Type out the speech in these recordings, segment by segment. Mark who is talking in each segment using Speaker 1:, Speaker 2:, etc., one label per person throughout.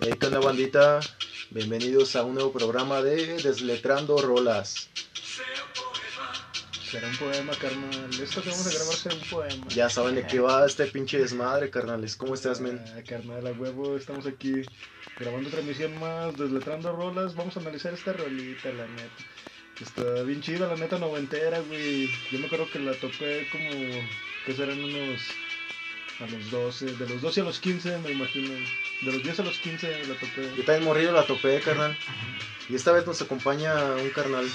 Speaker 1: Hey, ¿qué onda, bandita? Bienvenidos a un nuevo programa de Desletrando Rolas.
Speaker 2: Será un poema, carnal. Esto que vamos a grabar será un poema.
Speaker 1: Ya saben de qué va este pinche desmadre, carnales. ¿Cómo estás, men?
Speaker 2: Ah, carnal, a huevo, estamos aquí grabando otra emisión más, desletrando rolas. Vamos a analizar esta rolita, la neta. Está bien chida, la neta noventera, güey. Yo me acuerdo que la toqué como que serán unos a los 12, de los 12 a los 15, me imagino. De los 10 a los 15
Speaker 1: Yo
Speaker 2: la toqué.
Speaker 1: también morrido la topé, carnal. Y esta vez nos acompaña un carnal,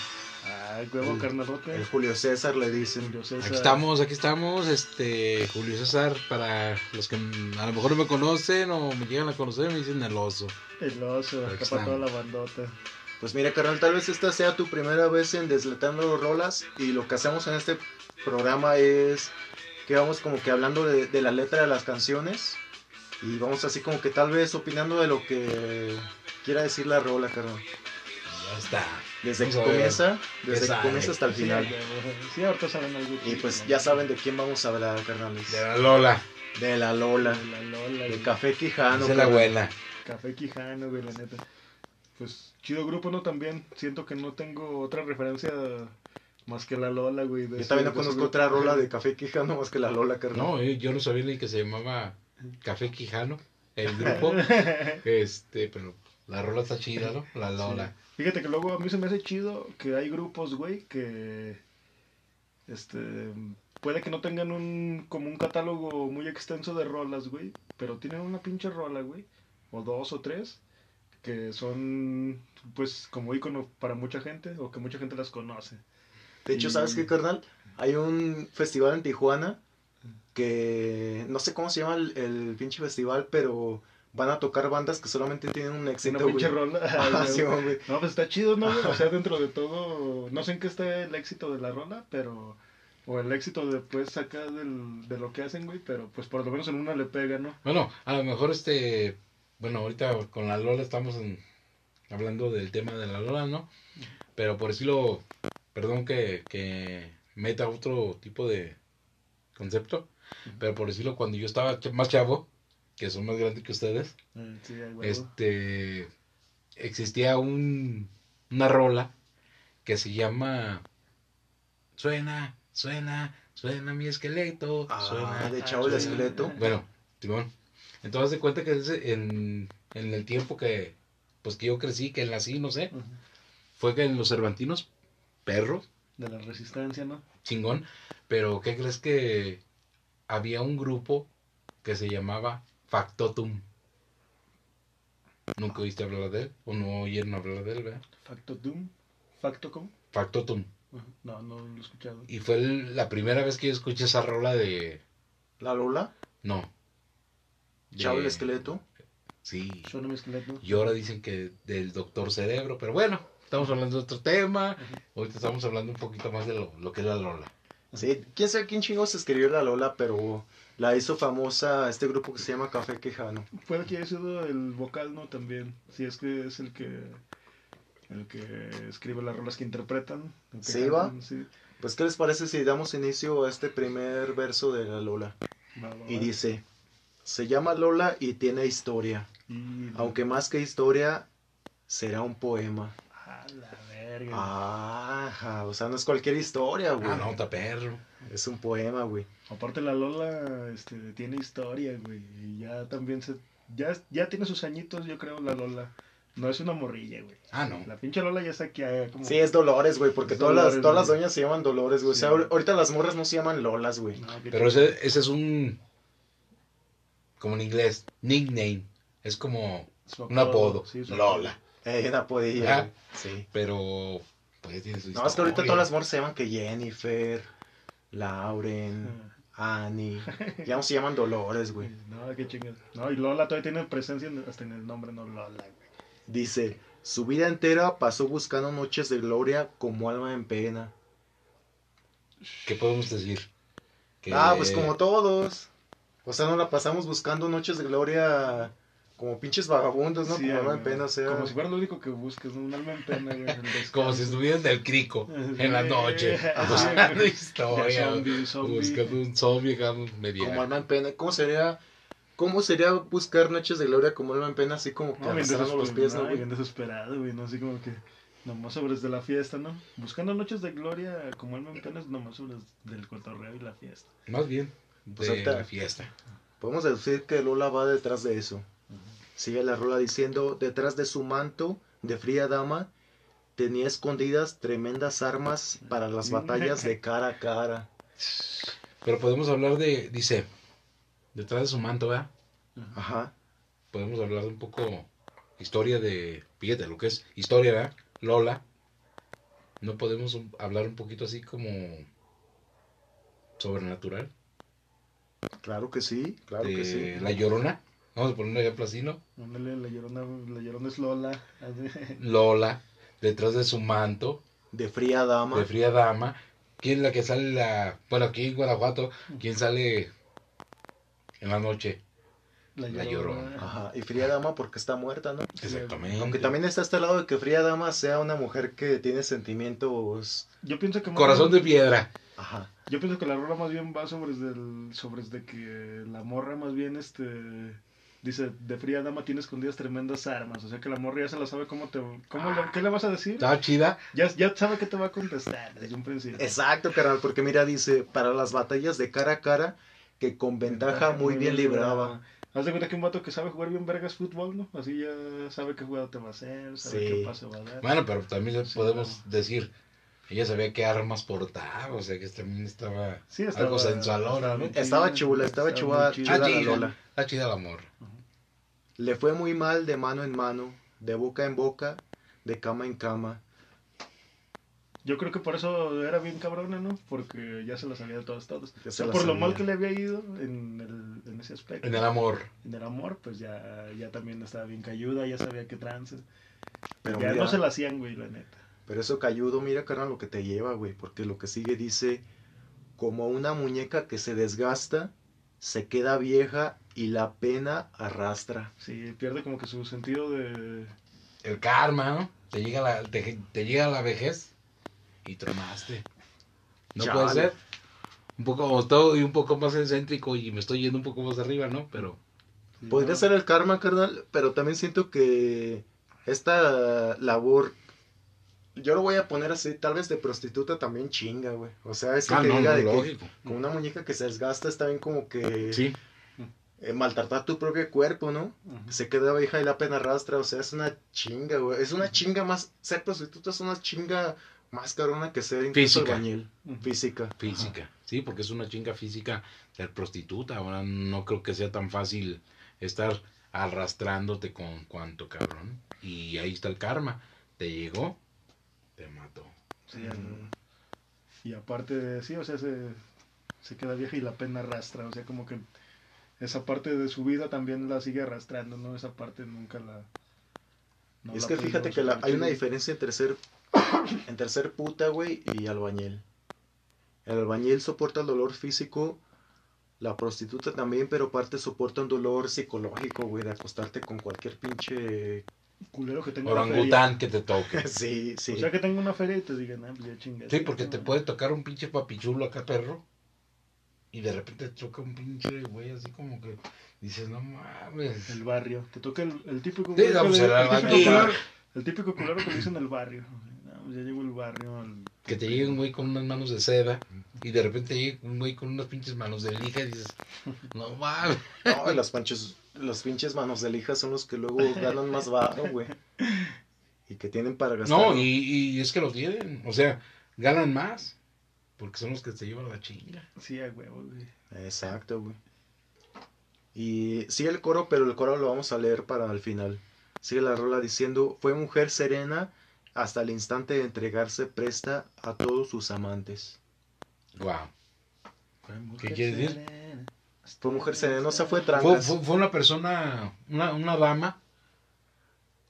Speaker 2: Ah, huevo,
Speaker 1: El-
Speaker 2: carnalote.
Speaker 1: el Julio César, le dicen.
Speaker 2: Yo sé
Speaker 3: Aquí
Speaker 2: esa-
Speaker 3: estamos, aquí estamos, este Julio César, para los que mm, a lo mejor no me conocen o me llegan a conocer, me dicen el oso.
Speaker 2: El oso,
Speaker 3: Aquí
Speaker 2: acá para toda
Speaker 3: estamos.
Speaker 2: la bandota.
Speaker 1: Pues mira, carnal, tal vez esta sea tu primera vez en Desletrando Rolas. Y lo que hacemos en este programa es que vamos como que hablando de, de la letra de las canciones. Y vamos así como que tal vez opinando de lo que quiera decir la rola, carnal.
Speaker 3: Ya está.
Speaker 1: Desde que
Speaker 3: Vamos a ver.
Speaker 1: comienza, desde que
Speaker 3: sale?
Speaker 1: comienza hasta el
Speaker 2: Sí, a
Speaker 1: final.
Speaker 2: huevo. Sí, ahorita saben algo.
Speaker 1: Y
Speaker 2: chido,
Speaker 1: pues
Speaker 2: ¿no?
Speaker 1: ya saben de quién vamos a hablar, carnales.
Speaker 3: De la Lola,
Speaker 1: De la Lola,
Speaker 2: De la Lola.
Speaker 1: de
Speaker 2: güey.
Speaker 1: Café Quijano.
Speaker 3: dice la
Speaker 1: carnal.
Speaker 3: abuela.
Speaker 2: Café Quijano, güey, la neta. Pues chido grupo, ¿no? También siento que no tengo otra referencia más que la Lola, güey. de
Speaker 1: Yo
Speaker 2: ese-
Speaker 1: también no
Speaker 2: de ese
Speaker 1: conozco
Speaker 2: grupo.
Speaker 1: otra rola de Café Quijano más que la Lola, carnal.
Speaker 3: No, eh, yo, yo no sabía ni que se llamaba Café Quijano, el grupo. este, pero la Rola está chida, ¿no? La Lola.
Speaker 2: Fíjate que luego a mí se me hace chido que hay grupos, güey, que... Este... Puede que no tengan un... como un catálogo muy extenso de rolas, güey. Pero tienen una pinche rola, güey. O dos o tres. Que son, pues, como ícono para mucha gente. O que mucha gente las conoce.
Speaker 1: De hecho, ¿sabes qué, carnal? Hay un festival en Tijuana que no sé cómo se llama el, el pinche festival, pero van a tocar bandas que solamente tienen un éxito,
Speaker 2: una pinche
Speaker 1: güey.
Speaker 2: rola.
Speaker 1: Ah,
Speaker 2: güey.
Speaker 1: sí, güey.
Speaker 2: No, pues está chido, ¿no? güey? O sea, dentro de todo, no sé en qué está el éxito de la rola, pero... O el éxito de, pues, acá del, de lo que hacen, güey, pero pues por lo menos en una le pega, ¿no?
Speaker 3: Bueno, a lo mejor este, bueno, ahorita con la Lola estamos en- hablando del tema de la Lola, ¿no? Pero por decirlo, perdón que, que meta otro tipo de concepto, pero por decirlo, cuando yo estaba ch- más chavo, que son más grandes que ustedes,
Speaker 2: Mm, Sí, ay, güey.
Speaker 3: este, existía un, una rola que se llama Suena, suena, suena mi esqueleto,
Speaker 1: Ah,
Speaker 3: suena
Speaker 1: de Chavo el
Speaker 2: Ah,
Speaker 1: Esqueleto.
Speaker 3: bueno, Timón. Entonces de cuenta que ese- en, en el tiempo que pues que yo crecí, que nací, no sé,
Speaker 2: Ujú.
Speaker 3: fue que en los Cervantinos, perro,
Speaker 2: De la resistencia, ¿no?
Speaker 3: chingón, pero ¿qué crees que había un grupo que se llamaba Factotum? ¿Nunca oíste hablar de él? ¿O no oyeron hablar de él, verdad?
Speaker 2: Facto Doom. Facto Com.
Speaker 3: Factotum.
Speaker 2: Ujú. No, no lo he escuchado.
Speaker 3: Y fue el- la primera vez que yo escuché esa rola de...
Speaker 1: La Lola,
Speaker 3: No. De-
Speaker 1: Chavo el Esqueleto.
Speaker 3: Sí.
Speaker 2: Suena mi esqueleto.
Speaker 3: Y ahora dicen que del doctor cerebro, pero bueno, estamos hablando de otro tema. Ahorita estamos hablando un poquito más de lo, lo que es la Lola.
Speaker 1: Sí, quién sabe quién chingos escribió la Lola, pero la hizo famosa este grupo que se llama Café Quijano.
Speaker 2: Puede que haya sido el vocal, ¿no? También. Si es que es el que... El que escribe las rolas que interpretan. el que
Speaker 1: Sí, va.
Speaker 2: cantan, Sí.
Speaker 1: Pues, ¿qué les parece si damos inicio a este primer verso de la Lola?
Speaker 2: Va, va,
Speaker 1: Y
Speaker 2: va.
Speaker 1: dice, se llama Lola y tiene historia,
Speaker 2: Y-
Speaker 1: aunque más que historia, será un poema.
Speaker 2: A la verga.
Speaker 1: Ah. Ajá, o sea, no es cualquier historia, güey.
Speaker 3: Ah, no, está perro.
Speaker 1: Es un poema, güey.
Speaker 2: Aparte la Lola este, tiene historia, güey. Y ya también se... Ya, ya tiene sus añitos, yo creo, la Lola. No es una morrilla, güey.
Speaker 3: Ah, no.
Speaker 2: La pinche Lola ya está aquí eh, como...
Speaker 1: Sí, es Dolores, güey, porque
Speaker 2: Es
Speaker 1: todas, las,
Speaker 2: Dolores,
Speaker 1: todas las
Speaker 2: güey.
Speaker 1: doñas se llaman Dolores, güey. O sea,
Speaker 2: Sí.
Speaker 1: ahor- ahorita las morras no se llaman Lolas, güey.
Speaker 2: No, qué
Speaker 3: Pero
Speaker 2: chido.
Speaker 3: ese, ese es un. Como en inglés, nickname. Es como
Speaker 2: Su
Speaker 3: un apodo.
Speaker 2: sí, su apodo.
Speaker 3: Lola.
Speaker 1: Eh, una podilla,
Speaker 3: Ajá.
Speaker 1: güey. Sí.
Speaker 3: Pero. Pues tiene su
Speaker 1: No, es que ahorita
Speaker 3: historia.
Speaker 1: todas las morras se llaman que Jennifer, Lauren,
Speaker 2: Ah,
Speaker 1: Annie. Ya no se llaman Dolores, güey.
Speaker 2: No, qué chingada. No, y Lola todavía tiene presencia en- hasta en el nombre, no Lola, güey.
Speaker 1: Dice, su vida entera pasó buscando noches de gloria como alma en pena.
Speaker 3: ¿Qué podemos decir? Que-
Speaker 1: Ah, pues como todos. O sea, no la pasamos buscando noches de gloria como pinches vagabundos, Pues ¿no?
Speaker 2: Sí,
Speaker 1: como alma
Speaker 2: güey.
Speaker 1: en pena, o sea.
Speaker 2: Como si fuera lo único que busques, ¿no? Un alma en pena, güey. el
Speaker 3: Como si
Speaker 2: descanso.
Speaker 3: estuvieras del crico en la
Speaker 2: Sí.
Speaker 3: noche.
Speaker 2: Ajá.
Speaker 3: Buscando
Speaker 2: Ya,
Speaker 3: historia.
Speaker 2: zombie, zombie.
Speaker 3: Buscando un zombie, digamos, media.
Speaker 1: Como alma en pena. ¿Cómo sería ¿Cómo sería buscar Noches de Gloria como alma en pena, así como que
Speaker 2: No, bien,
Speaker 1: arrastrando los
Speaker 2: desesperado,
Speaker 1: pies, no,
Speaker 2: güey,
Speaker 1: güey?
Speaker 2: bien desesperado, güey, no así como que nomás sobres de la fiesta, ¿no? Buscando noches de gloria como alma en pena es nomás sobres del cotorreo y la fiesta.
Speaker 3: Más bien,
Speaker 1: Pues
Speaker 3: de
Speaker 1: ahorita-
Speaker 3: la fiesta.
Speaker 1: Podemos deducir que Lola va detrás de eso. Sigue la rola diciendo, detrás de su manto de fría dama, tenía escondidas tremendas armas para las batallas de cara a cara.
Speaker 3: Pero podemos hablar de, dice, detrás de su manto, ¿verdad?
Speaker 1: Ajá.
Speaker 3: Podemos hablar de un poco historia de, fíjate, lo que es historia, ¿verdad? Lola. No podemos un- hablar un poquito así como sobrenatural.
Speaker 1: Claro que sí, claro
Speaker 3: de
Speaker 1: que sí.
Speaker 3: La Llorona. Vamos a poner un ejemplo así, ¿no?
Speaker 2: Ándale, la llorona, la llorona es Lola. así.
Speaker 3: Lola, detrás de su manto,
Speaker 1: De fría dama.
Speaker 3: de fría dama. ¿Quién es la que sale la... Bueno, aquí en Guanajuato, ¿quién sale en la noche?
Speaker 2: La
Speaker 3: La Llorona.
Speaker 1: Ajá. Y fría dama porque está muerta, ¿no?
Speaker 3: Exactamente.
Speaker 1: Aunque también está este lado de que fría dama sea una mujer que tiene sentimientos...
Speaker 2: Yo pienso que más
Speaker 3: Corazón de
Speaker 2: bien-
Speaker 3: piedra.
Speaker 1: Ajá.
Speaker 2: Yo pienso que la rola más bien va sobre del sobre de que la morra más bien este dice de fría dama tiene escondidas tremendas armas, o sea que la morra ya se la sabe cómo te cómo
Speaker 3: Ah.
Speaker 2: le- qué le vas a decir.
Speaker 3: Estaba chida.
Speaker 2: Ya, ya sabe que te va a contestar desde un principio.
Speaker 1: Exacto, carnal, porque mira, dice, para las batallas de cara a cara, que con ventaja muy bien libraba.
Speaker 2: Haz de cuenta que un vato que sabe jugar bien vergas fútbol, ¿no? Así ya sabe qué jugada te va a hacer, sabe
Speaker 1: Sí.
Speaker 2: qué pase va a dar.
Speaker 3: Bueno, pero también
Speaker 2: Sí,
Speaker 3: podemos decir, ella sabía qué armas portaba, o sea que también estaba...
Speaker 2: sí,
Speaker 3: algo sensualona, ¿no?
Speaker 1: Estaba chula, estaba chula-
Speaker 2: muy
Speaker 1: chula
Speaker 3: Ah,
Speaker 1: la
Speaker 3: chida.
Speaker 1: Lola.
Speaker 3: Está chida la morra.
Speaker 1: Le fue muy mal de mano en mano, de boca en boca, de cama en cama.
Speaker 2: Yo creo que por eso era bien cabrona, ¿no? Porque ya se la sabía de todas, todas.
Speaker 1: Ya
Speaker 2: O
Speaker 1: se
Speaker 2: sea,
Speaker 1: la
Speaker 2: por lo
Speaker 1: sabía.
Speaker 2: mal que le había ido en, el, en ese aspecto.
Speaker 3: En el amor.
Speaker 2: En el amor, pues ya, ya también estaba bien cayuda, ya sabía qué trance.
Speaker 1: Pero,
Speaker 2: ya
Speaker 1: mira,
Speaker 2: no se la hacían, güey, la neta.
Speaker 1: pero eso cayudo, mira, carnal, lo que te lleva, güey, porque lo que sigue dice, como una muñeca que se desgasta, se queda vieja y la pena arrastra.
Speaker 2: Sí, pierde como que su sentido de...
Speaker 3: El karma, ¿no? Te llega la, te, te llega la vejez y tronaste. No
Speaker 1: Chale.
Speaker 3: puede ser. Un poco todo y un poco más excéntrico y me estoy yendo un poco más arriba, ¿no? Pero
Speaker 1: Podría ser el karma, carnal, pero también siento que esta labor, yo lo voy a poner así, tal vez de prostituta también chinga, güey. O sea, es
Speaker 3: Ah,
Speaker 1: que
Speaker 3: no,
Speaker 1: diga
Speaker 3: no,
Speaker 1: de que
Speaker 3: lógico.
Speaker 1: con una muñeca que se desgasta está bien como que
Speaker 3: Sí,
Speaker 1: eh, maltratar tu propio cuerpo, ¿no?
Speaker 2: Ujú.
Speaker 1: Se queda vieja y la pena arrastra, o sea, es una chinga, güey. Es una chinga más, ser prostituta es una chinga más carona que ser incluso
Speaker 3: Física.
Speaker 1: albañil. Física.
Speaker 3: física. Sí, porque es una chinga física ser prostituta. Ahora no creo que sea tan fácil estar arrastrándote con cuanto cabrón. Y ahí está el karma. Te llegó, te mató.
Speaker 2: Sí,
Speaker 1: Mm.
Speaker 2: el- Y aparte, sí, o sea, se, se queda vieja y la pena arrastra, o sea, como que esa parte de su vida también la sigue arrastrando, ¿no? Esa parte nunca la... no
Speaker 1: Y es
Speaker 2: la
Speaker 1: que
Speaker 2: pudo
Speaker 1: fíjate que la- hay una
Speaker 2: solucionar.
Speaker 1: diferencia entre ser, entre ser puta, güey, y albañil. El albañil soporta el dolor físico, la prostituta también, pero parte soporta un dolor psicológico, güey, de acostarte con cualquier pinche...
Speaker 2: Culero que tenga una feria.
Speaker 3: Orangután que te toque.
Speaker 1: Sí, sí.
Speaker 2: O sea, que tenga una feria y te digan, ah, pues ya chingaste.
Speaker 3: Sí, porque te puede tocar un pinche papichulo acá, perro. Y de repente choca un pinche güey así como que dices, no mames.
Speaker 2: El barrio, te toca el, el típico...
Speaker 3: Sí,
Speaker 2: güey
Speaker 3: no,
Speaker 2: que
Speaker 3: pues,
Speaker 2: le-
Speaker 3: el albañil.
Speaker 2: típico culero, el típico culero que le dicen el barrio. Ah, pues ya llegó el barrio. al-
Speaker 3: Que te llegue un güey con unas manos de seda y de repente llegue un güey con unas pinches manos de lija y dices, no mames.
Speaker 1: No, y los pinches, los pinches manos de lija son los que luego ganan más barro, güey. Y que tienen para gastar.
Speaker 3: No, y, y es que lo tienen, o sea, ganan más porque son los que se llevan la chinga.
Speaker 2: Sí, a huevo, güey.
Speaker 1: Exacto, güey. Y sigue el coro, pero el coro lo vamos a leer para el final. Sigue la rola diciendo, fue mujer serena hasta el instante de entregarse presta a todos sus amantes.
Speaker 3: Wow.
Speaker 2: Fue
Speaker 3: ¿Qué quiere decir?
Speaker 2: serena.
Speaker 1: Fue mujer serena, o sea, fue
Speaker 3: Fue,
Speaker 1: trancas.
Speaker 3: fue- fue una persona, una, una dama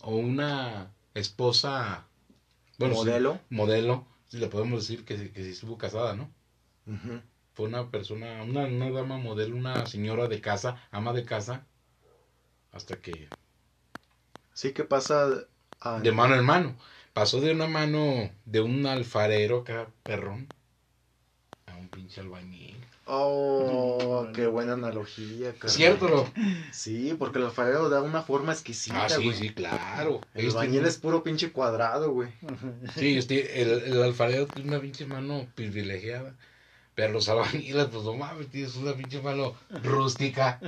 Speaker 3: o una esposa, bueno, sí,
Speaker 1: Modelo.
Speaker 3: modelo, si le podemos decir que, que sí estuvo casada, ¿no?
Speaker 1: Ujú.
Speaker 3: Fue una persona, una, una dama modelo, una señora de casa, ama de casa, hasta que
Speaker 1: Así que pasa a...
Speaker 3: de mano en mano. Pasó de una mano de un alfarero acá, perrón, a un pinche albañil.
Speaker 1: Oh, qué buena analogía, carnal.
Speaker 3: ¿Cierto, no?
Speaker 1: Sí, porque el alfarero da una forma exquisita,
Speaker 3: Ah, sí,
Speaker 1: güey.
Speaker 3: sí, claro.
Speaker 1: El
Speaker 3: Ellos
Speaker 1: bañil
Speaker 3: tienen-
Speaker 1: es puro pinche cuadrado, güey.
Speaker 3: Sí, este, el, el alfarero tiene una pinche mano privilegiada. Pero los albañiles, pues no mames, tienes una pinche mano rústica.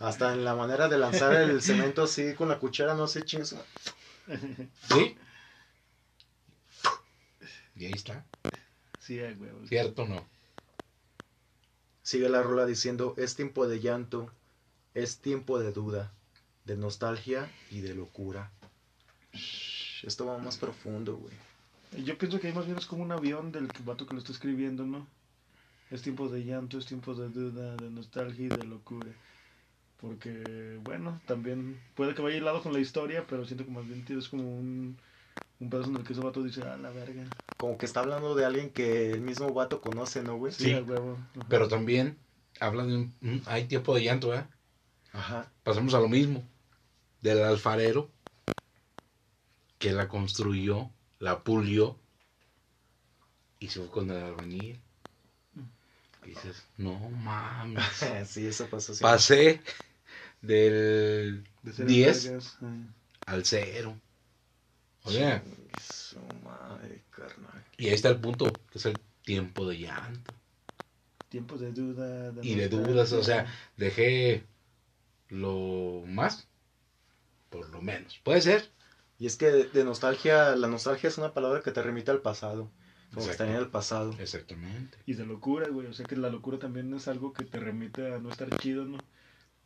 Speaker 1: Hasta en la manera de lanzar el cemento así con la cuchara, no sé, chingues.
Speaker 3: ¿Sí? Y ahí está.
Speaker 2: Sí, eh, güey. güey.
Speaker 3: ¿Cierto o no?
Speaker 1: Sigue la rola diciendo, es tiempo de llanto, es tiempo de duda, de nostalgia y de locura. Shh, Esto va más profundo, güey.
Speaker 2: Yo pienso que ahí más bien es como un avión del vato que lo está escribiendo, ¿no? Es tiempo de llanto, es tiempo de duda, de nostalgia y de locura. Porque, bueno, también puede que vaya hilado con la historia, pero siento que más bien tienes como un, un pedazo en el que ese vato dice, ah, la verga.
Speaker 1: Como que está hablando de alguien que el mismo vato conoce, ¿no, güey?
Speaker 2: Sí,
Speaker 3: Sí.
Speaker 2: a huevo. Ajá.
Speaker 3: Pero también habla de un... un- Hay tiempo de llanto, ¿verdad?
Speaker 1: Ajá.
Speaker 3: Pasamos a lo mismo. Del alfarero que la construyó, la pulió y se fue con el albañil. Y dices, no mames.
Speaker 1: sí, eso pasó. sí.
Speaker 3: Pasé del
Speaker 2: De ser
Speaker 3: 10
Speaker 2: vergas, eh, ajá.
Speaker 3: al 0. O sea,
Speaker 1: Su madre, carnal.
Speaker 3: y ahí está el punto, que es el tiempo de llanto.
Speaker 2: Tiempos de duda. De
Speaker 3: Y de
Speaker 2: nostalgia.
Speaker 3: dudas, o sea, dejé lo más por lo menos. Puede ser.
Speaker 1: Y es que de, de nostalgia, la nostalgia es una palabra que te remite al pasado. Como que
Speaker 3: Exacto.
Speaker 1: está en el pasado.
Speaker 3: Exactamente.
Speaker 2: Y de locura, güey. O sea que la locura también es algo que te remite a no estar chido, ¿no?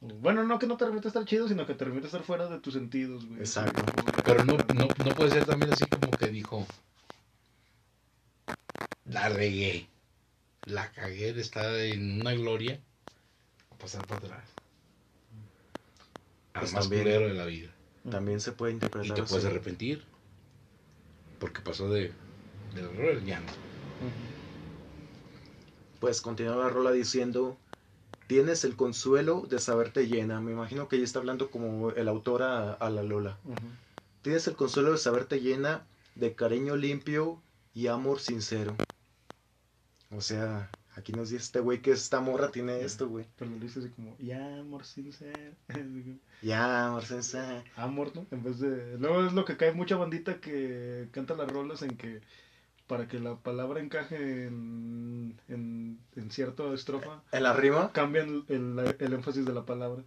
Speaker 2: O, Bueno, no que no te remite a estar chido, sino que te remite a estar fuera de tus sentidos, güey.
Speaker 1: Exacto.
Speaker 3: Pero no, no, no puede ser también así como que dijo, la regué, la cagué, está en una gloria, a pasar para atrás. Al
Speaker 1: Pues
Speaker 3: más
Speaker 1: también. pues
Speaker 3: culero de la vida.
Speaker 1: También se puede
Speaker 3: Y
Speaker 1: interpretar
Speaker 3: te puedes
Speaker 1: así.
Speaker 3: arrepentir, porque pasó de, del error al llanto.
Speaker 2: Ujú.
Speaker 1: Pues continúa la rola diciendo, tienes el consuelo de saberte llena. Me imagino que ella está hablando como el autor a, a la Lola.
Speaker 2: Ujú.
Speaker 1: Tienes el consuelo de saberte llena de cariño limpio y amor sincero. O sea, aquí nos dice este güey que esta morra tiene esto, güey.
Speaker 2: Pero lo dice así como, ya, amor sincero.
Speaker 1: Ya, amor sincero.
Speaker 2: amor, ¿no? En vez de. Luego es lo que cae mucha bandita que canta las rolas en que. Para que la palabra encaje en, en, en cierta estrofa,
Speaker 1: ¿En la rima?
Speaker 2: cambian el, el énfasis de la palabra.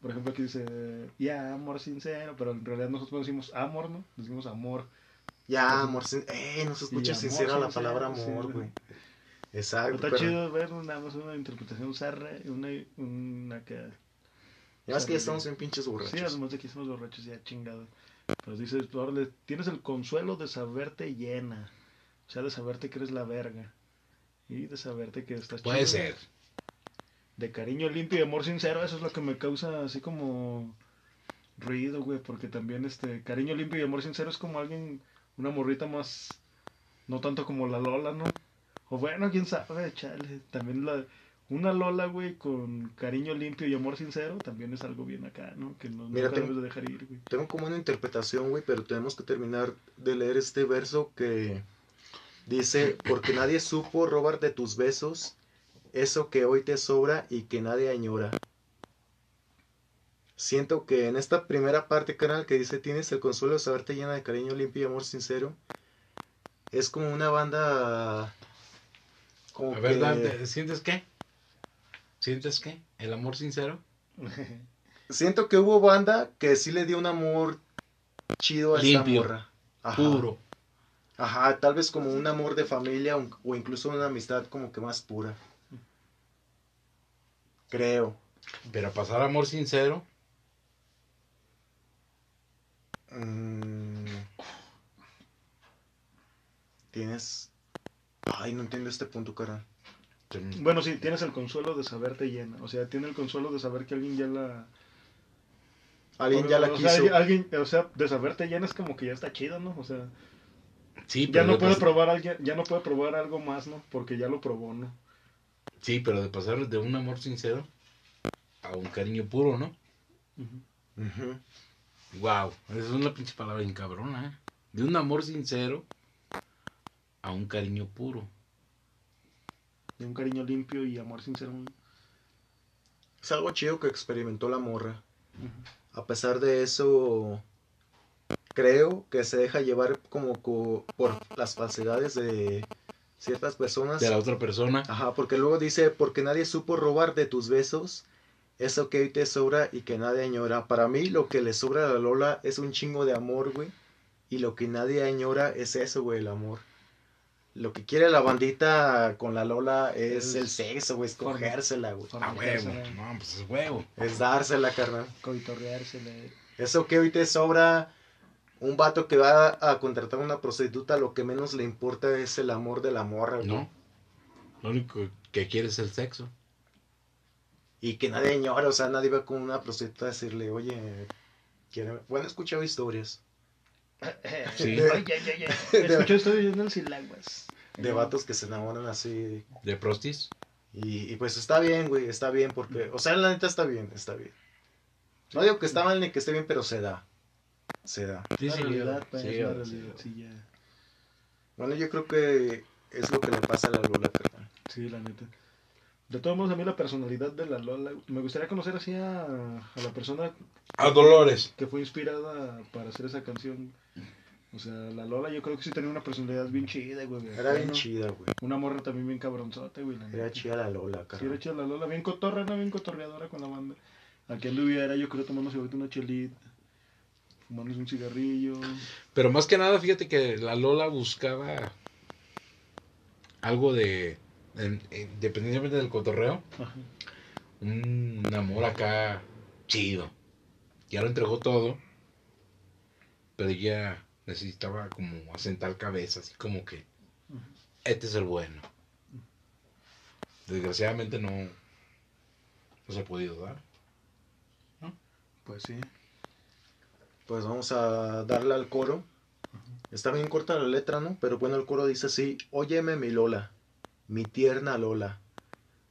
Speaker 2: Por ejemplo, aquí dice, ya, amor sincero, pero en realidad nosotros no decimos amor, ¿no? Decimos amor.
Speaker 1: Ya, amor sincero. Eh, no se escucha
Speaker 2: Y amor
Speaker 1: sincera la
Speaker 2: sincero,
Speaker 1: palabra
Speaker 2: sí,
Speaker 1: amor,
Speaker 2: ajá.
Speaker 1: güey. Exacto.
Speaker 2: Está
Speaker 1: pero-
Speaker 2: chido ver nada más una interpretación zarra y una, una que...
Speaker 1: Ya ves que ya estamos bien pinches
Speaker 2: Sí,
Speaker 1: borrachos.
Speaker 2: además de que somos borrachos ya chingados. Pero dices, órale, tienes el consuelo de saberte llena. O sea, de saberte que eres la verga. Y de saberte que estás
Speaker 3: Puede
Speaker 1: Pues,
Speaker 2: chido.
Speaker 3: ser.
Speaker 2: de cariño limpio y amor sincero, eso es lo que me causa así como ruido, güey, porque también este cariño limpio y amor sincero es como alguien, una morrita más, no tanto como la Lola, ¿no? O bueno, quién sabe, chale, también la, una Lola, güey, con cariño limpio y amor sincero, también es algo bien acá, ¿no? Que no,
Speaker 1: Mira,
Speaker 2: nunca
Speaker 1: tengo-
Speaker 2: debes de dejar ir, güey.
Speaker 1: Tengo como una interpretación, güey, pero tenemos que terminar de leer este verso que dice, porque nadie supo robar de tus besos eso que hoy te sobra y que nadie añora. Siento que en esta primera parte, canal, que dice, tienes el consuelo de saberte llena de cariño limpio y amor sincero, es como una banda... Como
Speaker 3: A ver,
Speaker 1: que-
Speaker 3: Dante, ¿sientes qué? ¿Sientes qué? ¿El amor sincero?
Speaker 1: Siento que hubo banda que sí le dio un amor chido a
Speaker 3: Limpio.
Speaker 1: esta morra. Ajá.
Speaker 3: Puro.
Speaker 1: Ajá, tal vez como un amor de familia un- o incluso una amistad como que más pura. Creo.
Speaker 3: Pero pasar amor sincero,
Speaker 1: Mm. Tienes... Ay, no entiendo este punto, cara.
Speaker 3: te-
Speaker 2: Bueno, sí, tienes el consuelo de saberte llena, o sea, tiene el consuelo de saber que alguien ya la...
Speaker 1: Alguien ya la
Speaker 2: o
Speaker 1: quiso.
Speaker 2: sea, alguien, o sea, de saberte llena es como que ya está chido, ¿no? O sea...
Speaker 3: sí,
Speaker 2: ya
Speaker 3: pero
Speaker 2: no
Speaker 3: de
Speaker 2: puede
Speaker 3: pas-
Speaker 2: probar alguien, ya no puede probar algo más, ¿no? Porque ya lo probó, ¿no?
Speaker 3: Sí, pero de pasar de un amor sincero a un cariño puro, ¿no?
Speaker 1: Ujú.
Speaker 3: Wow, esa es una pinche palabra bien cabrona, ¿eh? De un amor sincero a un cariño puro.
Speaker 2: de un cariño limpio y amor sincero.
Speaker 1: Es algo chido que experimentó la morra.
Speaker 2: Ujú.
Speaker 1: A pesar de eso, creo que se deja llevar como co- por las falsedades de ciertas personas.
Speaker 3: de la otra persona.
Speaker 1: Ajá, porque luego dice, porque nadie supo robar de tus besos, eso que hoy te sobra y que nadie añora. Para mí lo que le sobra a la Lola es un chingo de amor, güey. Y lo que nadie añora es eso, güey, el amor. Lo que quiere la bandita con la Lola es,
Speaker 2: Es-
Speaker 1: el sexo, güey, es
Speaker 2: Forma-
Speaker 1: cogérsela, güey.
Speaker 2: forma-
Speaker 3: Ah, huevo. No, pues es huevo.
Speaker 1: Es dársela, carnal.
Speaker 2: Coitorreársele.
Speaker 1: Eso que hoy te sobra un vato que va a contratar a una prostituta, lo que menos le importa es el amor de la morra, güey.
Speaker 3: No. Lo único que quiere es el sexo.
Speaker 1: y que nadie añora, o sea, nadie va con una prostituta a decirle, oye, quiero... bueno, he escuchado historias
Speaker 3: Sí.
Speaker 2: Ay, ay, ay, ay. Escuché, estoy viviendo en Silaguas.
Speaker 1: de vatos que se enamoran así,
Speaker 3: De prostis.
Speaker 1: y, y pues está bien, güey, está bien, porque, o sea, la neta está bien, está bien. No digo que está mal ni que esté bien, pero se da, se da.
Speaker 2: Sí, sí, realidad,
Speaker 3: sí,
Speaker 2: pues,
Speaker 3: sí,
Speaker 2: es la
Speaker 3: sí.
Speaker 2: realidad. Sí, ya.
Speaker 1: Bueno, yo creo que es lo que le pasa a la Lola, carnal.
Speaker 2: Sí, la neta. De todos modos, a mí la personalidad de la Lola, me gustaría conocer así a, a la persona
Speaker 3: A Dolores.
Speaker 2: que fue inspirada para hacer esa canción. O sea, la Lola yo creo que sí tenía una personalidad bien chida, güey.
Speaker 1: Era bien
Speaker 2: Bueno,
Speaker 1: chida, güey,
Speaker 2: Una morra también bien cabronzota, güey. la
Speaker 1: era
Speaker 2: neta.
Speaker 1: chida la Lola,
Speaker 2: Sí, era
Speaker 1: carnal.
Speaker 2: chida la Lola, bien cotorra, ¿no? Bien cotorreadora con la banda. Aquí anduviera, yo creo, tomándose ahorita una chelita, fumándose un cigarrillo.
Speaker 3: Pero más que nada, fíjate que la Lola buscaba algo de. en- en- Independientemente del cotorreo,
Speaker 2: Ajá.
Speaker 3: un amor acá chido. Ya lo entregó todo. Pero ella necesitaba como asentar cabeza, así como que
Speaker 2: Ujú.
Speaker 3: este es el bueno. Desgraciadamente no, no se ha podido dar.
Speaker 1: Pues sí. Pues vamos a darle al coro. Está bien corta la letra, ¿no? Pero bueno, el coro dice así, óyeme mi Lola, mi tierna Lola,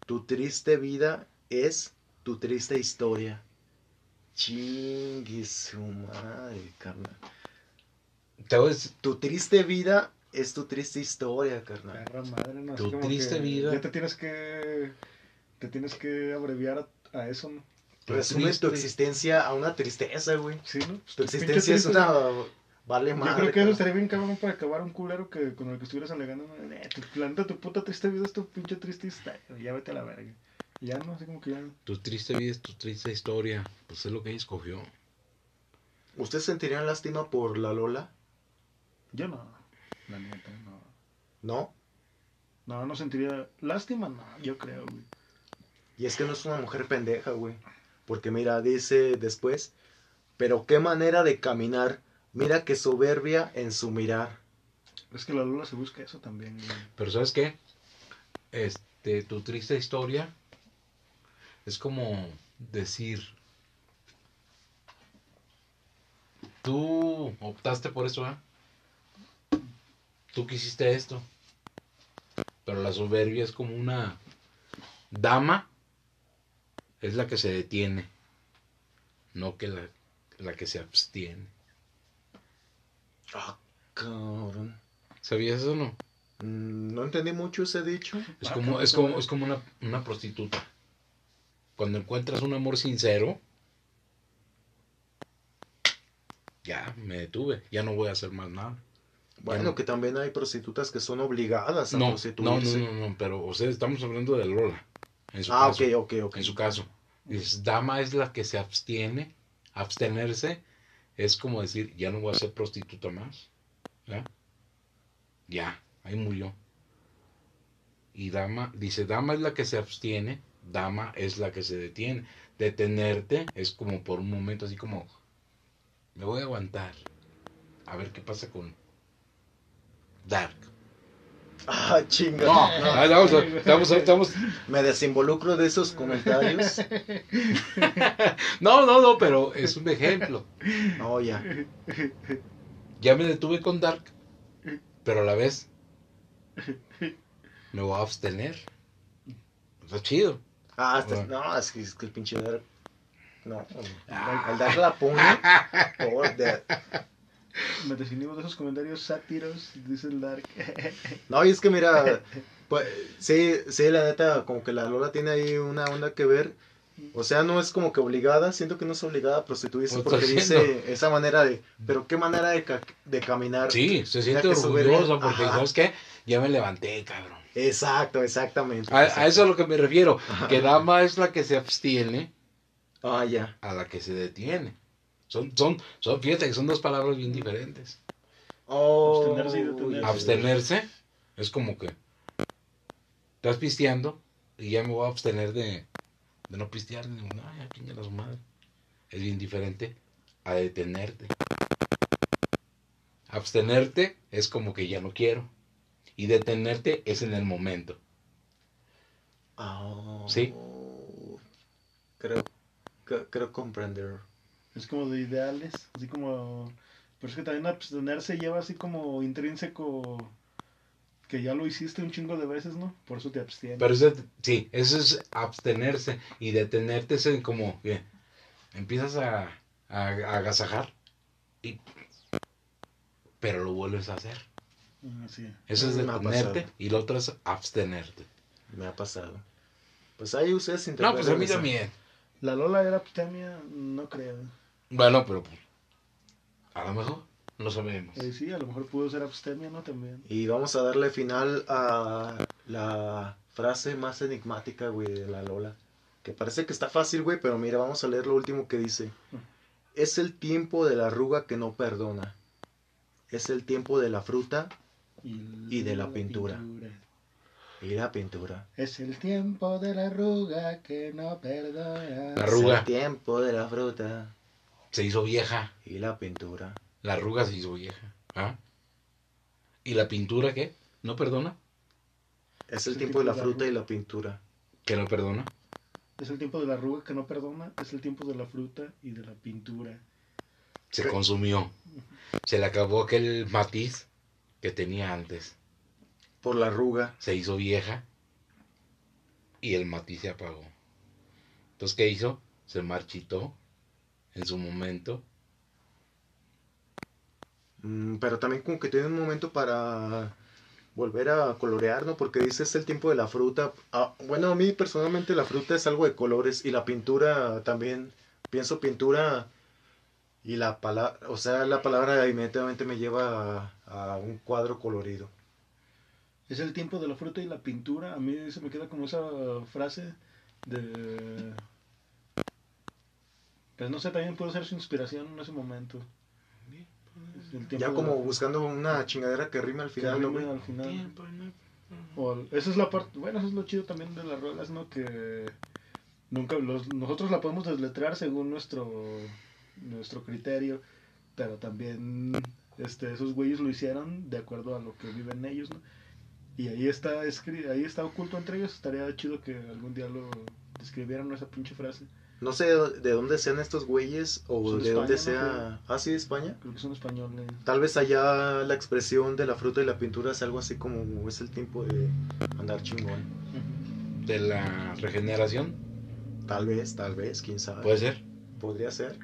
Speaker 1: tu triste vida es tu triste historia. Chingue su madre, carnal.
Speaker 3: Te voy a decir-
Speaker 1: Tu triste vida es tu triste historia, carnal.
Speaker 2: Perra madre, no, así
Speaker 3: Tu
Speaker 2: como
Speaker 3: triste
Speaker 2: que
Speaker 3: vida.
Speaker 2: Ya te tienes que. Te tienes que abreviar a, a eso, ¿no?
Speaker 3: tu
Speaker 1: Resume tu
Speaker 3: triste-
Speaker 1: existencia a una tristeza, güey.
Speaker 2: Sí, ¿no?
Speaker 1: Tu
Speaker 2: Pinche
Speaker 1: existencia es
Speaker 2: triste.
Speaker 1: una... Vale
Speaker 2: Yo
Speaker 1: madre.
Speaker 2: creo que eso
Speaker 1: carnal.
Speaker 2: estaría bien cabrón para acabar un culero que con el que estuvieras alegando. ¿no? Eh, tu planta, tu puta triste vida es tu pinche triste historia. Ya vete a la verga. Y Ya no, así como que ya.
Speaker 3: Tu triste vida es tu triste historia. Pues es lo que ella escogió.
Speaker 1: ¿Ustedes sentirían lástima por la Lola?
Speaker 2: Yo no. La neta, no.
Speaker 1: ¿No?
Speaker 2: No, no sentiría. Lástima, no, yo creo, güey.
Speaker 1: Y es que no es una mujer pendeja, güey. Porque mira, dice después, pero qué manera de caminar. Mira qué soberbia en su mirar.
Speaker 2: Es que la Lola se busca eso también, güey.
Speaker 3: Pero ¿sabes qué? Este, tu triste historia es como decir, tú optaste por eso, ¿ah? Tú quisiste esto. Pero la soberbia es como una dama, es la que se detiene, no que la, la que se abstiene.
Speaker 1: Ah, cabrón.
Speaker 3: ¿Sabías eso o no?
Speaker 1: Mm, No entendí mucho ese dicho.
Speaker 3: Es
Speaker 2: Ah,
Speaker 3: como,
Speaker 2: cabrón,
Speaker 3: es como,
Speaker 2: cabrón.
Speaker 3: es como una, una prostituta. Cuando encuentras un amor sincero, ya me detuve, ya no voy a hacer más nada.
Speaker 1: Bueno, que también hay prostitutas que son obligadas a
Speaker 3: No, no, no,
Speaker 1: prostituirse.
Speaker 3: no, no, pero o sea, estamos hablando de Lola. En su
Speaker 1: Ah,
Speaker 3: caso,
Speaker 1: ok, ok, ok.
Speaker 3: En su caso. Dices, dama es la que se abstiene. Abstenerse es como decir, ya no voy a ser prostituta más. ¿Ya? Ya, ahí murió. Y dama, dice, dama es la que se abstiene, dama es la que se detiene. Detenerte es como por un momento, así como, me voy a aguantar. A ver qué pasa con Dark.
Speaker 1: Ah, chinga.
Speaker 3: No, ah, estamos, estamos, estamos-
Speaker 1: Me desinvolucro de esos comentarios.
Speaker 3: no, no, no, pero es un ejemplo.
Speaker 1: No, Oh, ya.
Speaker 3: Ya me detuve con Dark, pero a la vez me voy a abstener. Está chido.
Speaker 1: Ah, este-
Speaker 3: Bueno.
Speaker 1: no, es que, es que el pinche Dark. No,
Speaker 3: Ah.
Speaker 1: el Dark la pone. por de-
Speaker 2: Me definimos de esos comentarios sátiros, dice el Dark.
Speaker 1: No, y es que mira, Pues, sí, sí, la neta, como que la Lola tiene ahí una onda que ver. O sea, no es como que obligada, siento que no es obligada a prostituirse
Speaker 3: Pues,
Speaker 1: porque
Speaker 3: está
Speaker 1: dice
Speaker 3: haciendo.
Speaker 1: esa manera de, pero qué manera de, ca- de caminar.
Speaker 3: Sí, se
Speaker 1: Mira
Speaker 3: siente
Speaker 1: que soberbia.
Speaker 3: orgulloso porque,
Speaker 1: Ajá.
Speaker 3: ¿sabes qué? Ya me levanté, cabrón.
Speaker 1: Exacto, exactamente.
Speaker 3: A, a eso es lo que me refiero, que dama es la que se abstiene
Speaker 1: Ah, ya.
Speaker 3: a la que se detiene. Son, son, son, fíjate que son dos palabras bien diferentes.
Speaker 1: Oh,
Speaker 2: Abstenerse y detenerse.
Speaker 1: ya.
Speaker 3: Abstenerse es como que estás pisteando y ya me voy a abstener de, de no pistear. Y digo, "Ay, a chingar a su madre". Es bien diferente a detenerte. Abstenerte es como que ya no quiero. Y detenerte es en el momento.
Speaker 1: Ah,
Speaker 3: Sí.
Speaker 1: Creo, cre- creo comprender.
Speaker 2: Es como de ideales, así como... Pero es que también abstenerse lleva así como intrínseco que ya lo hiciste un chingo de veces, ¿no? Por eso te abstienes.
Speaker 3: Pero eso, sí, eso es abstenerse y detenerte es en como que empiezas a, a- a agasajar y pero lo vuelves a hacer.
Speaker 2: Ah, sí.
Speaker 3: Eso es
Speaker 1: Me ha
Speaker 3: detenerte
Speaker 1: pasado.
Speaker 3: y lo otro es abstenerte.
Speaker 1: Me ha pasado. Pues ahí ustedes
Speaker 3: No, pues a
Speaker 1: interpretan
Speaker 3: mí
Speaker 1: esa-
Speaker 3: también.
Speaker 2: La Lola era abstemia, no creo.
Speaker 3: Bueno, pero pues, a lo mejor no sabemos.
Speaker 2: Eh, sí, a lo mejor pudo ser abstemia, ¿no? También.
Speaker 1: Y vamos a darle final a la frase más enigmática, güey, de la Lola. Que parece que está fácil, güey, pero mira, vamos a leer lo último que dice. Es el tiempo de la arruga que no perdona. Es el tiempo de la fruta
Speaker 2: Y,
Speaker 1: Y de la pintura. y la pintura.
Speaker 2: Es el tiempo de la arruga que no perdona.
Speaker 3: La arruga.
Speaker 1: Es el tiempo de la fruta
Speaker 3: Se hizo vieja.
Speaker 1: y la pintura.
Speaker 3: La arruga se hizo vieja. ¿Ah? ¿Y la pintura qué? ¿No perdona?
Speaker 1: Es el tiempo de la fruta y la pintura.
Speaker 3: ¿Que no perdona?
Speaker 2: Es el tiempo de la arruga que no perdona. Es el tiempo de la fruta y de la pintura.
Speaker 3: se
Speaker 1: ¿Qué?
Speaker 3: consumió. Se le acabó aquel matiz que tenía antes.
Speaker 1: Por la arruga.
Speaker 3: Se hizo vieja y el matiz se apagó. Entonces, ¿qué hizo? Se marchitó en su momento.
Speaker 1: Mm, pero también como que tiene un momento para volver a colorear, ¿no? Porque dice es el tiempo de la fruta. Ah, bueno, a mí personalmente la fruta es algo de colores y la pintura también. Pienso pintura y la palabra, o sea, la palabra inmediatamente me lleva a, a un cuadro colorido.
Speaker 2: Es el tiempo de la fruta y la pintura. A mí se me queda como esa frase de... Pues no sé, también pudo ser su inspiración en ese momento. Es el tiempo
Speaker 1: Ya
Speaker 2: de
Speaker 1: como
Speaker 2: la-
Speaker 1: buscando una chingadera que rime al
Speaker 2: que
Speaker 1: final, ¿no,
Speaker 2: rime
Speaker 1: güey?
Speaker 2: al final. O al- esa es la parte, bueno, eso es lo chido también de las rolas, ¿no? Que nunca los, nosotros la podemos desletrar según nuestro nuestro criterio, pero también este esos güeyes lo hicieron de acuerdo a lo que viven ellos, ¿no? Y ahí está escri- ahí está oculto entre ellos, estaría chido que algún día lo escribieran esa pinche frase.
Speaker 1: No sé de dónde sean estos güeyes o
Speaker 2: Son
Speaker 1: de
Speaker 2: de
Speaker 1: dónde
Speaker 2: España, ¿no?
Speaker 1: sea... Ah, sí, de España.
Speaker 2: Creo que son españoles.
Speaker 1: Tal vez allá la expresión de la fruta y la pintura es algo así como es el tiempo de andar chingón.
Speaker 3: De la regeneración,
Speaker 1: Tal vez, tal vez, quién sabe.
Speaker 3: puede ser.
Speaker 1: Podría ser.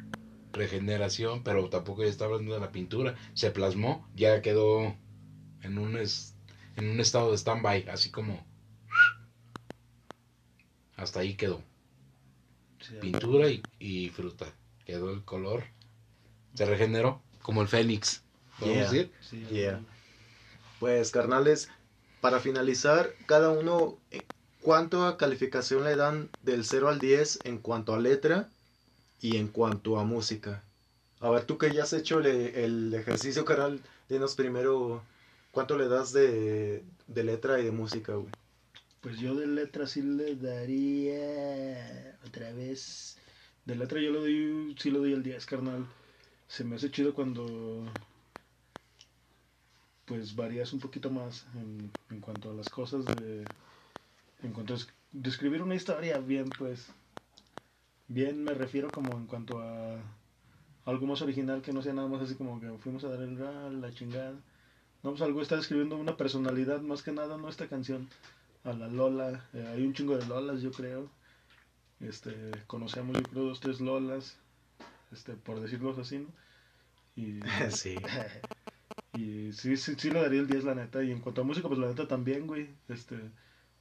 Speaker 3: Regeneración, pero tampoco ya está hablando de la pintura. Se plasmó, ya quedó en un, es- en un estado de stand-by, así como. Hasta ahí quedó.
Speaker 2: Sí,
Speaker 3: pintura y, y fruta. Quedó el color. Se regeneró como el fénix. ¿Podemos
Speaker 1: Yeah.
Speaker 3: decir?
Speaker 2: sí,
Speaker 1: Yeah. Pues, carnales, para finalizar, cada uno, eh, ¿cuánto calificación le dan del 0 al 10 en cuanto a letra y en cuanto a música? A ver, tú que ya has hecho le- el ejercicio, carnal, dinos primero cuánto le das de, de letra y de música, güey.
Speaker 2: Pues yo de letra sí le daría otra vez. De letra yo le doy, sí le doy el 10, carnal. Se me hace chido cuando pues varías un poquito más en, en cuanto a las cosas de en cuanto a es- describir una historia bien, pues bien me refiero como en cuanto a algo más original que no sea nada más así como que fuimos a dar el ra, la chingada. No, pues algo está describiendo una personalidad más que nada, no esta canción a la Lola. eh, hay un chingo de Lolas, yo creo. Este, conocemos, yo creo, dos, tres Lolas. Este, por decirlos así, ¿no? Y,
Speaker 1: Sí.
Speaker 2: Y sí, sí, sí le daría el 10, la neta. Y en cuanto a música, pues la neta también, güey. Este,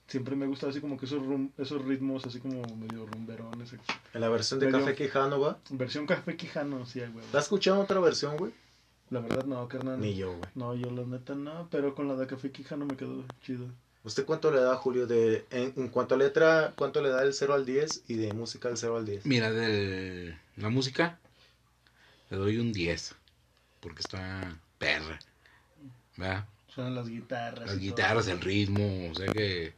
Speaker 2: siempre me gusta así como que esos, rum- esos ritmos así como medio rumberones. ex-
Speaker 1: En la versión de
Speaker 2: Medio-
Speaker 1: Café Quijano, va.
Speaker 2: Versión Café Quijano, sí, güey.
Speaker 1: ¿La has escuchado en otra versión, güey?
Speaker 2: La verdad no, carnal.
Speaker 1: Ni yo, güey.
Speaker 2: No, yo la neta no, pero con la de Café Quijano me quedó chido.
Speaker 1: ¿Usted cuánto le da, Julio, de en, en cuanto a letra, cuánto le da del 0 al 10 y de música del 0 al 10?
Speaker 3: Mira, de la música le doy un 10. Porque está perra. ¿Verdad?
Speaker 2: Suenan las guitarras.
Speaker 3: Las
Speaker 2: y todo.
Speaker 3: guitarras, el ritmo, o sea que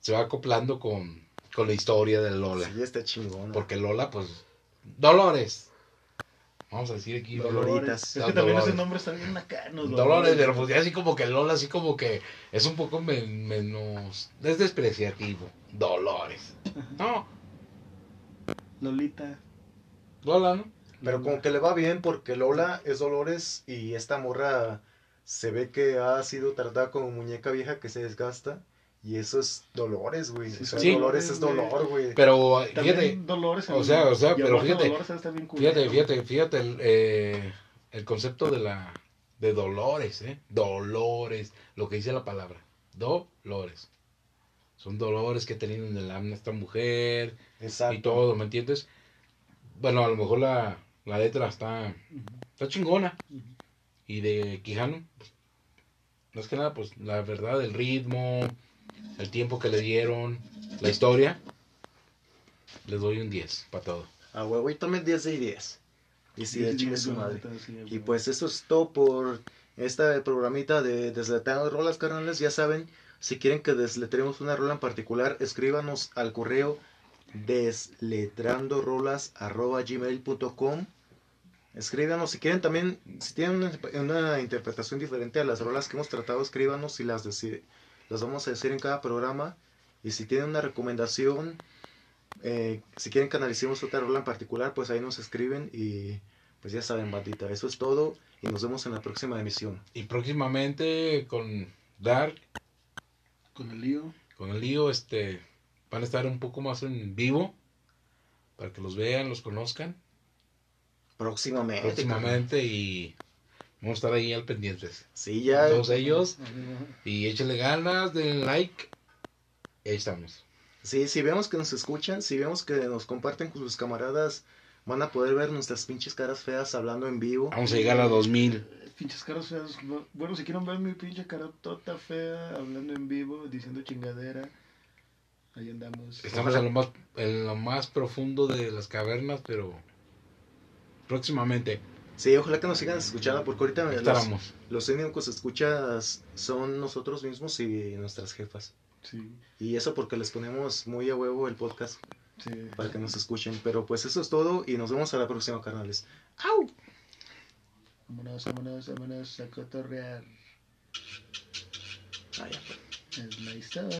Speaker 3: se va acoplando con, con la historia de Lola.
Speaker 1: Sí, está chingón.
Speaker 3: Porque Lola, pues, Dolores. Vamos a decir aquí
Speaker 1: Dolores.
Speaker 3: Dolores.
Speaker 2: Doloritas. Es
Speaker 3: Las
Speaker 2: que también esos
Speaker 3: Dolores.
Speaker 2: nombres están bien bacanos.
Speaker 3: Dolores, pero pues ya así como que Lola, así como que es un poco men- menos. Es despreciativo. Dolores. No,
Speaker 2: Lolita.
Speaker 3: Lola, ¿no?
Speaker 1: Pero como que le va bien porque Lola es Dolores y esta morra se ve que ha sido tratada como muñeca vieja que se desgasta. Y eso es Dolores, güey.
Speaker 2: Sí,
Speaker 1: O sea,
Speaker 3: sí.
Speaker 1: Dolores es dolor, güey.
Speaker 3: Pero
Speaker 2: También
Speaker 3: fíjate,
Speaker 2: Dolores.
Speaker 3: o sea, o sea,
Speaker 2: y
Speaker 3: pero
Speaker 2: aparte
Speaker 3: fíjate,
Speaker 2: Dolores está bien culero.
Speaker 3: fíjate, fíjate, fíjate el, eh, el concepto de la de Dolores, ¿eh? Dolores, lo que dice la palabra. Dolores. Son dolores que ha tenido en el alma esta mujer, y
Speaker 1: Exacto.
Speaker 3: todo, ¿me entiendes? Bueno, a lo mejor la, la letra está, está chingona.
Speaker 2: Ujú.
Speaker 3: Y de Quijano, pues, más que nada, pues la verdad, el ritmo, el tiempo que le dieron, la historia, les doy un 10 para todo.
Speaker 1: A huevo, y también 10 de 10. Y si de chingue su
Speaker 2: la
Speaker 1: madre.
Speaker 2: neta, sí,
Speaker 1: Y
Speaker 2: güey.
Speaker 1: pues eso es todo por esta programita de Desletando Rolas, carnales. Ya saben, si quieren que desletremos una rola en particular, escríbanos al correo desletrandorolas.gmail.com Escríbanos si quieren también, si tienen una, una interpretación diferente a las rolas que hemos tratado, escríbanos y las, deci- las vamos a decir en cada programa. Y si tienen una recomendación, eh, si quieren que analicemos otra rola en particular, pues ahí nos escriben y pues ya saben, bandita, eso es todo y nos vemos en la próxima emisión.
Speaker 3: Y próximamente con Dark,
Speaker 2: Con el lío.
Speaker 3: con el lío, este, van a estar un poco más en vivo para que los vean, los conozcan
Speaker 1: Próximamente.
Speaker 3: próximamente y vamos a estar ahí al pendientes.
Speaker 1: Sí, ya.
Speaker 3: Todos ellos.
Speaker 2: Ajá.
Speaker 3: Y échale ganas, den like. Ahí estamos.
Speaker 1: Sí, si vemos que nos escuchan, si vemos que nos comparten con sus camaradas, van a poder ver nuestras pinches caras feas hablando en vivo.
Speaker 3: Vamos a llegar a 2000.
Speaker 2: Pinches caras feas. no- Bueno, si quieren ver mi pinche carotota fea hablando en vivo, diciendo chingadera, ahí andamos.
Speaker 3: Estamos en lo, más, en lo más profundo de las cavernas, pero próximamente
Speaker 1: Sí, ojalá que nos sigan escuchando, porque ahorita me- Ah, los,
Speaker 3: estaremos.
Speaker 1: los únicos escuchas son nosotros mismos y nuestras jefas.
Speaker 2: Sí,
Speaker 1: Y eso porque les ponemos muy a huevo el podcast
Speaker 2: sí.
Speaker 1: para que nos escuchen. Pero pues eso es todo y nos vemos a la próxima, carnales.
Speaker 2: Vámonos, vámonos, vámonos a cotorrear.
Speaker 1: Ah, ya.
Speaker 2: Es la historia.